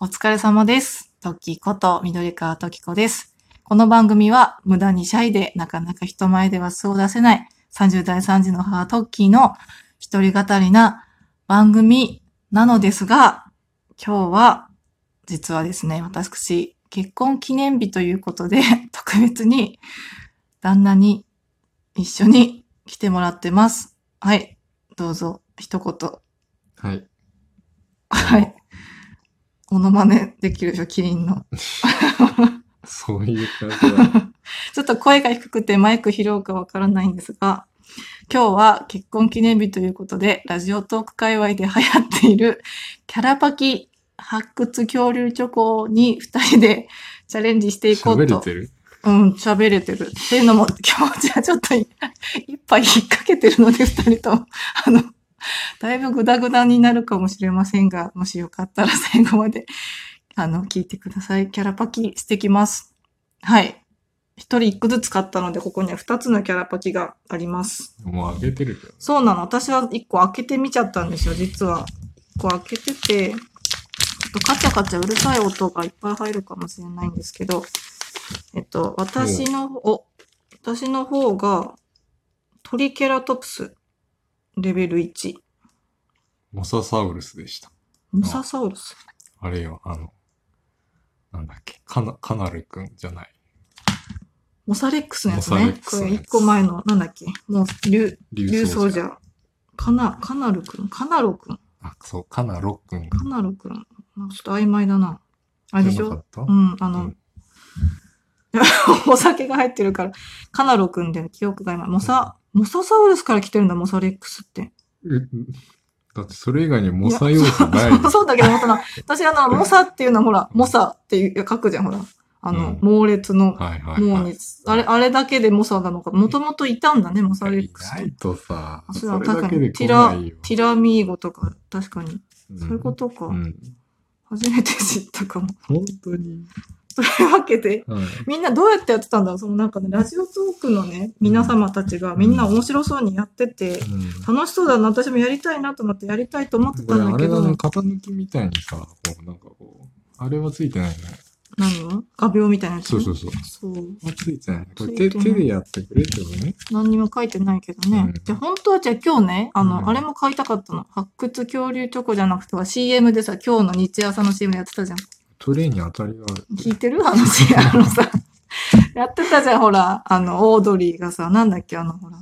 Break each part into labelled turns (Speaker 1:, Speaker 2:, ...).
Speaker 1: お疲れ様です。トッキーこと、緑川トキコです。この番組は、無駄にシャイで、なかなか人前では素を出せない、30代3時の母トッキーの一人語りな番組なのですが、今日は、実はですね、私、結婚記念日ということで、 特別に、旦那に一緒に来てもらってます。はい。どうぞ、一言。
Speaker 2: はい。
Speaker 1: はい。モノマネできるでしょ、キリンの。
Speaker 2: そういう感じだ。
Speaker 1: ちょっと声が低くてマイク拾うかわからないんですが、今日は結婚記念日ということで、ラジオトーク界隈で流行っているキャラパキ発掘恐竜チョコに二人でチャレンジしていこう
Speaker 2: 喋れ
Speaker 1: と。
Speaker 2: てる
Speaker 1: うん、喋れてる。っていうのも、気持ちはちょっとい一杯引っ掛けてるので、二人とも。あの、だいぶグダグダになるかもしれませんが、もしよかったら最後まで、あの、聞いてください。キャラパキしてきます。はい。一人一個ずつ買ったので、ここには二つのキャラパキがあります。
Speaker 2: もう上げてるけど。
Speaker 1: そうなの。私は一個開けてみちゃったんですよ、実は。一個開けてて、ちょっとカチャカチャうるさい音がいっぱい入るかもしれないんですけど、えっと、私の、お、私の方が、トリケラトプス、レベル1。
Speaker 2: モササウルスでした。
Speaker 1: モササウルス。
Speaker 2: あれよ、あの、なんだっけ、カナ、カナルくんじゃない。
Speaker 1: モサレックスのやつ
Speaker 2: モサ
Speaker 1: ね
Speaker 2: レッ。ク
Speaker 1: こ
Speaker 2: スの
Speaker 1: れ
Speaker 2: やつ
Speaker 1: 一個前の、なんだっけ。もう、竜、竜
Speaker 2: 竜
Speaker 1: 奏
Speaker 2: 奏
Speaker 1: 者
Speaker 2: 者。。
Speaker 1: かな、カナルくんカナロくん
Speaker 2: あ、そう、カナロくん
Speaker 1: カナロくんなんかちょっと曖昧だな。あれで
Speaker 2: じ
Speaker 1: し
Speaker 2: ゃなか
Speaker 1: ょ
Speaker 2: った
Speaker 1: うん、あの、
Speaker 2: うん
Speaker 1: お酒が入ってるから、カナロくんで記憶が今、モサ、モササウルスから来てるんだ、モサレックスって。
Speaker 2: えだってそれ以外にモサ要素ない
Speaker 1: いやそう そうだけど、その、私あの、モサっていうのはほら、モサっていう書くじゃん、ほら。あの、
Speaker 2: うん
Speaker 1: 猛烈の、
Speaker 2: はいはい
Speaker 1: もう
Speaker 2: は
Speaker 1: に
Speaker 2: い。、
Speaker 1: あれ、あれだけでモサなのか、もともといたんだね、モサレッ
Speaker 2: い
Speaker 1: クスっ
Speaker 2: な
Speaker 1: て
Speaker 2: い。とさ、
Speaker 1: あそ
Speaker 2: そ
Speaker 1: れは
Speaker 2: れだ
Speaker 1: 確か
Speaker 2: けで
Speaker 1: に、テ
Speaker 2: 来
Speaker 1: ィラ、
Speaker 2: ない
Speaker 1: テ
Speaker 2: よ。
Speaker 1: ィラミーゴとか、確かに。
Speaker 2: そ
Speaker 1: そういうことか。
Speaker 2: うん。
Speaker 1: 初めて知ったかも。
Speaker 2: 本当に。
Speaker 1: というわけで、
Speaker 2: はい。
Speaker 1: みんなどうやってやってたんだろうそのなんかね、ラジオトークのね、皆様たちがみんな面白そうにやってて、
Speaker 2: うん
Speaker 1: 楽しそうだな、私もやりたいなと思ってやりたいと思って
Speaker 2: こ
Speaker 1: た
Speaker 2: れ
Speaker 1: ん
Speaker 2: あ
Speaker 1: だけ
Speaker 2: れ
Speaker 1: ど、
Speaker 2: だね、型抜きみたいにさ、こう、なんかこう、あれはついてないね。
Speaker 1: 何を画鋲みたいなやつ
Speaker 2: そうそうそう。
Speaker 1: そう。
Speaker 2: あついてない。これ
Speaker 1: つい
Speaker 2: 手
Speaker 1: てない
Speaker 2: 手でやってくれってことね。
Speaker 1: 何にも書いてないけどね。
Speaker 2: うん
Speaker 1: で、本当はじゃあ今日ね、あの、
Speaker 2: うん
Speaker 1: あれも買いたかったの。発掘恐竜チョコじゃなくては CM でさ、今日の日朝の CM やってたじゃん。
Speaker 2: トレーに当たりがある。
Speaker 1: 聞いてるあの CM あのさ、 やってたじゃん、ほら。あの、オードリーがさ、なんだっけ、あの、ほら。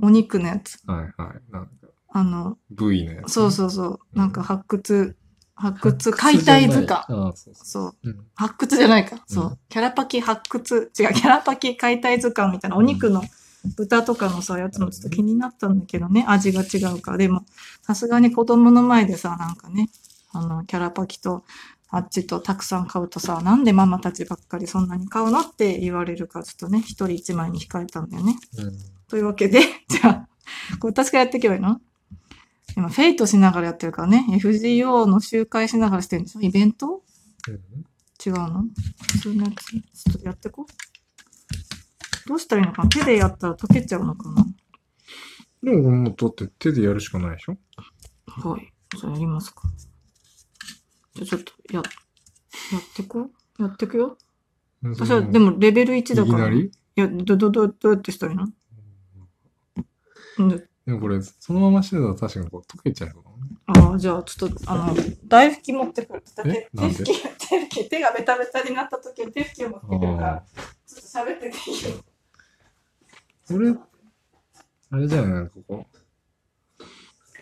Speaker 1: お肉のやつ。
Speaker 2: はいはい。なんか、
Speaker 1: あの、
Speaker 2: V のやつ。
Speaker 1: そう
Speaker 2: う。
Speaker 1: そうそう。なんか発掘、発掘、解体図鑑。
Speaker 2: ああ、そうそ
Speaker 1: そう。
Speaker 2: う。うん。
Speaker 1: 発掘じゃないか。そうう。キャラパキ発掘、違う、キャラパキ解体図鑑みたいな、お肉の豚とかのさ、やつもちょっと気になったんだけどね、味が違うから。でも、さすがに子供の前でさ、なんかね、あの、キャラパキと、あっちとたくさん買うとさ、なんでママたちばっかりそんなに買うのって言われるから、ちょっとね、一人一枚に控えたんだよね。
Speaker 2: うん
Speaker 1: というわけで、 じゃあ、これ確かやっていけばいいの今、フェイトしながらやってるからね。FGO の集会しながらしてるんでしょイベント違うの普通のやつちょっとやってこう。どうしたらいいのかな手でやったら溶けちゃうのかな
Speaker 2: でも、もう取って手でやるしかないでしょ
Speaker 1: はい。じゃあやりますか。じゃあちょっとや、やってこうやってくよ。私は、で
Speaker 2: も、
Speaker 1: もレベル1だ
Speaker 2: いき
Speaker 1: か
Speaker 2: な
Speaker 1: ら。い
Speaker 2: り
Speaker 1: や、ど、ど、ど、どうやってしたらいいのうん
Speaker 2: でもこれ、そのまましてたら確かにこう溶けちゃうかもね。
Speaker 1: ああ、じゃあ、ちょっと、あの、大拭き持ってくる。手
Speaker 2: えなんで
Speaker 1: 手拭き、手拭き、手がベタベタになった時は手拭きを持ってくるから
Speaker 2: あ、
Speaker 1: ちょっと喋ってていいよ。
Speaker 2: あ。これ、あれじゃないここ。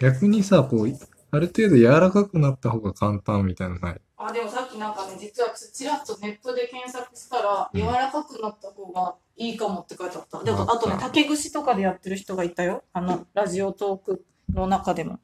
Speaker 2: 逆にさ、こう、ある程度柔らかくなった方が簡単みたいなのない。
Speaker 1: あ、でもさっきなんかね、実はちらっとネットで検索したら、
Speaker 2: うん
Speaker 1: 柔らかくなった方がいいかもって書いてあった。で
Speaker 2: あっ
Speaker 1: も、
Speaker 2: た
Speaker 1: あとね、竹串とかでやってる人がいたよ。あの、ラジオトークの中でも。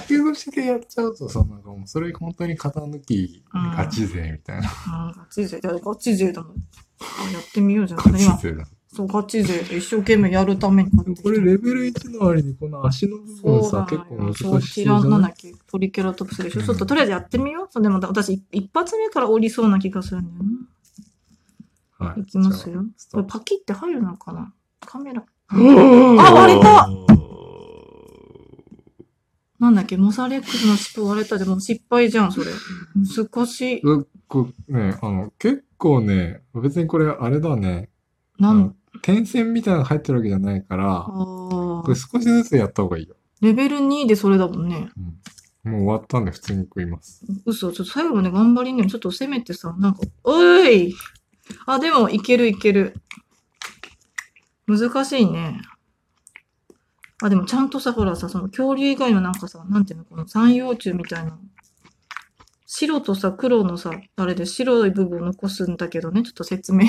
Speaker 2: 竹節でやっちゃうとさ、なんかもうそれ本当に型抜き、ガチ勢みたいな。
Speaker 1: うん、ガチ勢。いやガチ勢だもん。あやってみようじゃん。
Speaker 2: ガチ
Speaker 1: 今、
Speaker 2: 勢だ。
Speaker 1: そう、ガチ勢。一生懸命やるために買ってきた
Speaker 2: これレベル1の割にこの足の部分さ、結構難しそう
Speaker 1: そう
Speaker 2: じ
Speaker 1: ティ
Speaker 2: ゃ
Speaker 1: ラなんだ
Speaker 2: ない
Speaker 1: っけトリケラトプスでしょ、
Speaker 2: うん
Speaker 1: ちょっととりあえずやってみよう。そうでも私、い一発目から降りそうな気がするんだよ
Speaker 2: は
Speaker 1: な。いきます
Speaker 2: よ。
Speaker 1: よ。
Speaker 2: スタ
Speaker 1: こ
Speaker 2: ー
Speaker 1: れ
Speaker 2: ト
Speaker 1: パキって入るのかなカメラ。あ
Speaker 2: あ
Speaker 1: 割れたなんだっけ、モサレックスの尻尾割れたでも失敗じゃん、それ。難しい。
Speaker 2: うこうね、あの、結構ね、別にこれあれだね、
Speaker 1: な
Speaker 2: うん点線みたいなのが入ってるわけじゃないから、
Speaker 1: あ
Speaker 2: これ
Speaker 1: ー
Speaker 2: 少しずつやった方がいいよ。
Speaker 1: レベル2でそれだもんね。
Speaker 2: うん、もう終わったんで普通に食います。
Speaker 1: 嘘、ちょっと最後まで頑張りね、ちょっと攻めてさ、なんか、おーいあ、でも、いけるいける。難しいね。あ、でもちゃんとさ、ほらさ、その恐竜以外のなんかさ、なんていうの、この三葉虫みたいな。白とさ、黒のさ、あれで白い部分を残すんだけどね、ちょっと説明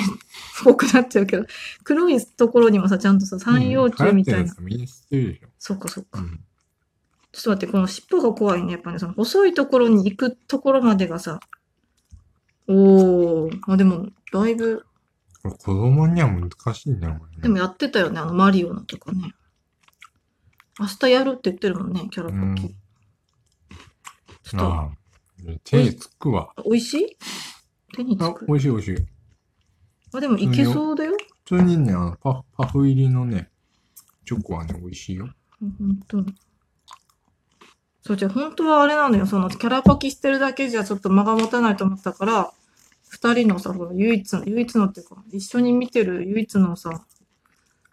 Speaker 1: っぽくなっちゃうけど、黒いところにもさ、ちゃんとさ、三葉虫みたい
Speaker 2: うん流行ってるや
Speaker 1: な。
Speaker 2: つみんな知ってるでしょ。
Speaker 1: そっかそっか
Speaker 2: う。ん
Speaker 1: ちょっと待って、この尻尾が怖いね。やっぱね、その細いところに行くところまでがさ、おー、あ、でも、だいぶ、
Speaker 2: これ子供には難しいな、これね
Speaker 1: でもやってたよね、あのマリオのとかね。明日やるって言ってるもんね、キャラ
Speaker 2: う
Speaker 1: パ
Speaker 2: ん
Speaker 1: キ。ちょっと、
Speaker 2: ああ手につくわ。
Speaker 1: 美味しい手につ
Speaker 2: あ
Speaker 1: く、。
Speaker 2: 美味しい美味しい。
Speaker 1: あ、でもいけそうだよ。
Speaker 2: 普通にね、あのパフ、パフ入りのね、チョコはね、美味しいよ。
Speaker 1: 本当に。そう、じゃあ本当はあれなのよ。その、キャラパキしてるだけじゃちょっと間が持たないと思ったから、二人のさ、ほら唯一の、唯一のっていうか、一緒に見てる唯一のさ、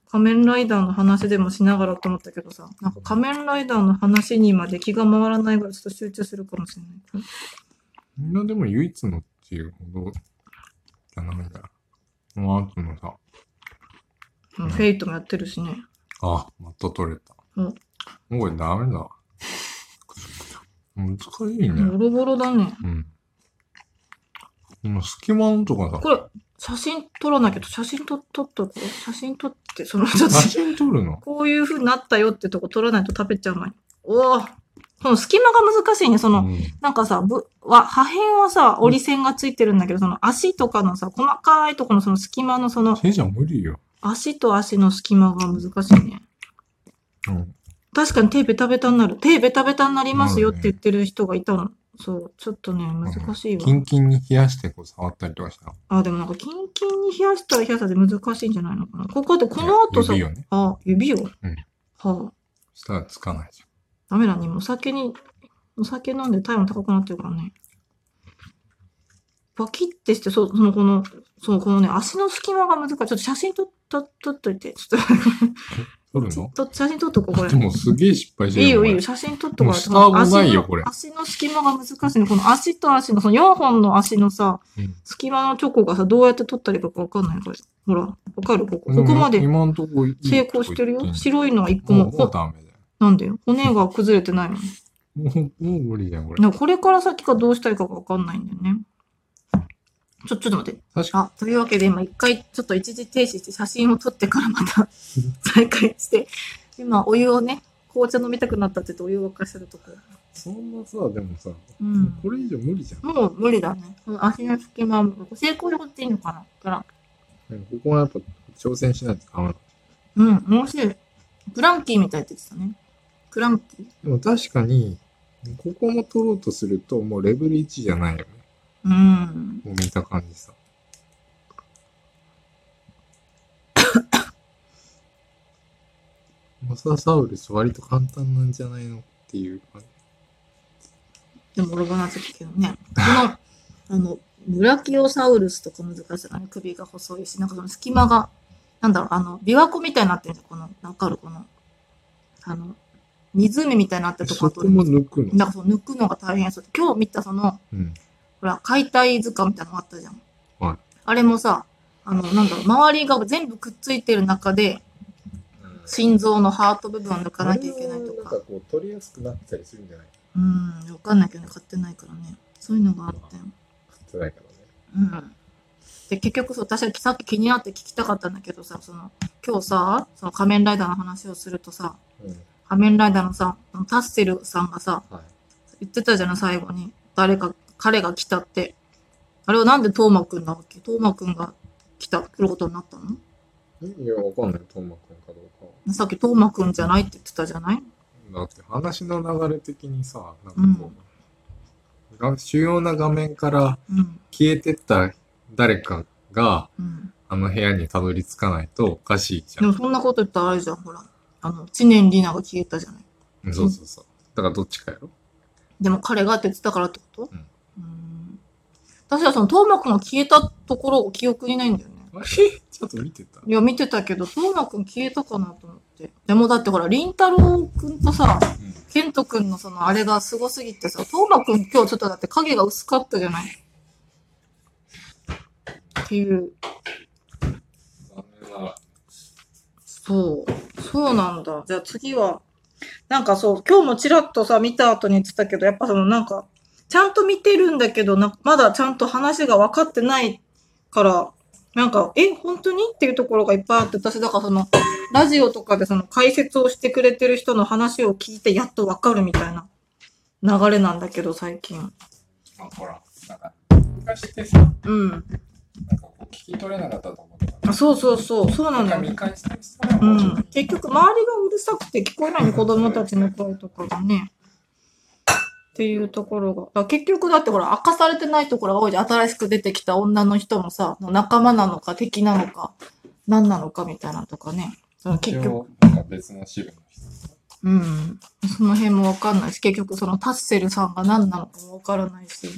Speaker 1: 仮面ライダーの話でもしながらと思ったけどさ、なんか仮面ライダーの話にまで気が回らないぐらいちょっと集中するかもしれない。
Speaker 2: みんなでも唯一のっていうほどじゃないから。もうあとのさ、
Speaker 1: うん、フェイトもやってるしね。
Speaker 2: あ、また取れた。
Speaker 1: うん
Speaker 2: もうこれダメだ。難しい
Speaker 1: ボ
Speaker 2: ね。
Speaker 1: ロボロだね。
Speaker 2: うん。この隙間のとかさ、
Speaker 1: これ、写真撮らなきゃ、写真撮撮っとこう。写真撮って、その、ちょっと
Speaker 2: 写真撮るの
Speaker 1: こういう風になったよってとこ取らないと食べちゃう前に。おおこの隙間が難しいね。その、
Speaker 2: うん
Speaker 1: なんかさ、ぶは破片はさ、折り線がついてるんだけど、その足とかのさ、細かいとこのその隙間のその、
Speaker 2: 手じゃ無理よ。
Speaker 1: 足と足の隙間が難しいね。
Speaker 2: うん。
Speaker 1: 確かに手ベタベタになる。手ベタベタになりますよって言ってる人がいたの。そう、ちょっとね、難しいわ
Speaker 2: キ。ンキンに冷やしてこう触ったりとかしたら。
Speaker 1: あ、でもなんか、キンキンに冷やしたら冷やしたで難しいんじゃないのかな。ここで、この後さ、
Speaker 2: 指をね。
Speaker 1: あ、指を。
Speaker 2: ん
Speaker 1: はあ、
Speaker 2: したらつかないじ
Speaker 1: ダメだね。もうお酒に、お酒飲んで体温高くなってるからね。バキってして、そう、その、この、そう、このね、足の隙間が難しい。ちょっと写真撮っと、撮っといて。ちょっ
Speaker 2: ゃん。撮る
Speaker 1: と
Speaker 2: の
Speaker 1: と、写真撮っとこう、これ
Speaker 2: で。もすげえ失敗して
Speaker 1: いいよ、
Speaker 2: お前
Speaker 1: いいよ、写真撮っとこ
Speaker 2: もうスターもないよこれ
Speaker 1: 足の足の隙間が難しいね。この足と足の、その4本の足のさ、
Speaker 2: うん
Speaker 1: 隙間のチョコがさ、どうやって撮ったらいいかわかんない、これ。ほら、わかるここ。ここま
Speaker 2: も
Speaker 1: で
Speaker 2: 今のとこいいとこ
Speaker 1: 成功してる
Speaker 2: 行
Speaker 1: よ。
Speaker 2: ってん
Speaker 1: 白いのは1個
Speaker 2: の
Speaker 1: も。
Speaker 2: もうもう
Speaker 1: こ
Speaker 2: ダメだよ。
Speaker 1: なんでよ。骨が崩れてないもん。
Speaker 2: もう、もう無理だよ、これ。
Speaker 1: なんかこれから先がどうしたいかがわかんないんだよね。ちょ、ちょっと待って。
Speaker 2: 確か
Speaker 1: あ、というわけで今一回ちょっと一時停止して写真を撮ってからま た再開して、今お湯をね、紅茶飲みたくなったって言ってお湯を沸かしてるとこ。
Speaker 2: そんなさ、でもさ、
Speaker 1: うん。
Speaker 2: これ以上無理じゃん。
Speaker 1: もう無理だね。この足の隙間も、成功でこっていいのかなから。
Speaker 2: なんかここはやっぱ挑戦しないとダメだ。
Speaker 1: うん、面白い。クランキーみたいって言ってたね。クランキー。
Speaker 2: でも確かに、ここも取ろうとすると、もうレベル1じゃないよね。
Speaker 1: うん。
Speaker 2: もう見た感じ さ。モササウルス割と簡単なんじゃないのっていう感じ。
Speaker 1: でも、ロボナ好きけどね。この、あの、ブラキオサウルスとか難しいよね。首が細いし、なんかその隙間が、なんだろう、あの、琵琶湖みたいになってるじゃん。この、わかるこの、あの、湖みたいになってるとこ
Speaker 2: そ
Speaker 1: は
Speaker 2: こも抜くの。
Speaker 1: なんかその抜くのが大変そう。今日見たその、
Speaker 2: うん。
Speaker 1: ほら、解体図鑑みたいなのがあったじゃん。
Speaker 2: はい
Speaker 1: あれもさ、あの、なんだろう、周りが全部くっついてる中で、心臓のハート部分を抜かなきゃいけないと
Speaker 2: なん
Speaker 1: か
Speaker 2: か。こう、取りやすくなったりするんじゃない
Speaker 1: うん、わかんないけどね、買ってないからね。そういうのがあったよ。
Speaker 2: 買ってないか
Speaker 1: う
Speaker 2: らね。
Speaker 1: ん。で、結局そう、私はさっき気になって聞きたかったんだけどさ、その、今日さ、その仮面ライダーの話をするとさ、
Speaker 2: うん。
Speaker 1: 仮面ライダーのさ、タッセルさんがさ、
Speaker 2: はい。
Speaker 1: 言ってたじゃない、最後に。誰か、彼が来たって。あれはなんでトーマくんなわけトーマくんが来た、来ることになったの
Speaker 2: いや、わかんない、トーマくんかどうかは。
Speaker 1: さっきトーマくんじゃないって言ってたじゃない
Speaker 2: だって話の流れ的にさ、なんかこう、が主要な画面から
Speaker 1: うん、
Speaker 2: 消えてった誰かが、
Speaker 1: うん。
Speaker 2: あの部屋にたどり着かないとおかしいじ
Speaker 1: で
Speaker 2: ゃん。
Speaker 1: もそんなこと言ったらあれじゃん、ほら。あの、知念里奈が消えたじゃない。
Speaker 2: そうそうそう。だからどっちかやろ。
Speaker 1: でも彼がって言ってたからってこと
Speaker 2: うん
Speaker 1: うん私はそのトーマくんが消えたところを記憶にないんだよね。
Speaker 2: あれちょっと見てた。
Speaker 1: いや、見てたけど、トーマくん消えたかなと思って。でもだってほら、りんたろうくんとさ、ケントくんのそのあれがすごすぎてさ、トーマくん今日ちょっとだって影が薄かったじゃないっていう。そう。そうなんだ。じゃあ次は、なんかそう、今日もちらっとさ、見た後に言ってたけど、やっぱそのなんか、ちゃんと見てるんだけどな、まだちゃんと話が分かってないから、なんか、え、本当にっていうところがいっぱいあって、私、だからその、ラジオとかでその解説をしてくれてる人の話を聞いて、やっと分かるみたいな流れなんだけど、最近。
Speaker 2: あ、ほら、なんか、昔ってさ、なんか
Speaker 1: うん。
Speaker 2: こう聞き取れなかったと思ってた
Speaker 1: あそうそうそう、そうなのよ。
Speaker 2: 返したりしたら
Speaker 1: うん、結局周りがうるさくて聞こえないの子供たちの声とかがね。っていうところが。だから結局だってほら明かされてないところが多いじゃん。新しく出てきた女の人もさ、仲間なのか敵なのか、何なのかみたいなのとかね。その結局、、
Speaker 2: なんか別の支部の
Speaker 1: うん。その辺もわかんないし、結局そのタッセルさんが何なのかもわからないし、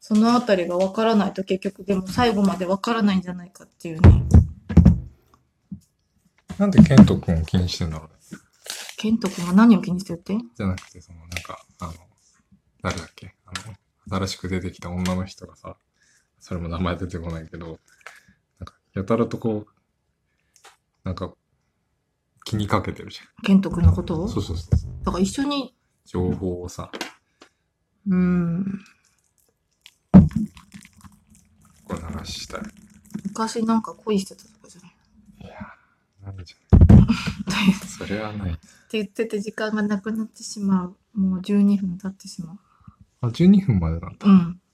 Speaker 1: そのあたりがわからないと結局でも最後までわからないんじゃないかっていうね。
Speaker 2: 人。なんでケント君を気にしてんだろうね。
Speaker 1: ケント君は何を気にしてるって
Speaker 2: じゃなくて、その、なんか、あの、誰だっけ、あの、新しく出てきた女の人がさ、それも名前出てこないけど、なんか、やたらとこう、なんか、気にかけてるじ
Speaker 1: ケント君のこと
Speaker 2: ゃ
Speaker 1: を
Speaker 2: ん。そうそうそうそう。
Speaker 1: だから一緒に
Speaker 2: 情報をさ、
Speaker 1: うん。
Speaker 2: こう流したい。
Speaker 1: 昔なんか恋してたとかじゃない。
Speaker 2: いやー、なんじ
Speaker 1: っ
Speaker 2: ゃ、それはない。
Speaker 1: て言ってて時間がなくなってしまう。もう12分経ってしまう。
Speaker 2: あ、12分までだった。
Speaker 1: うん。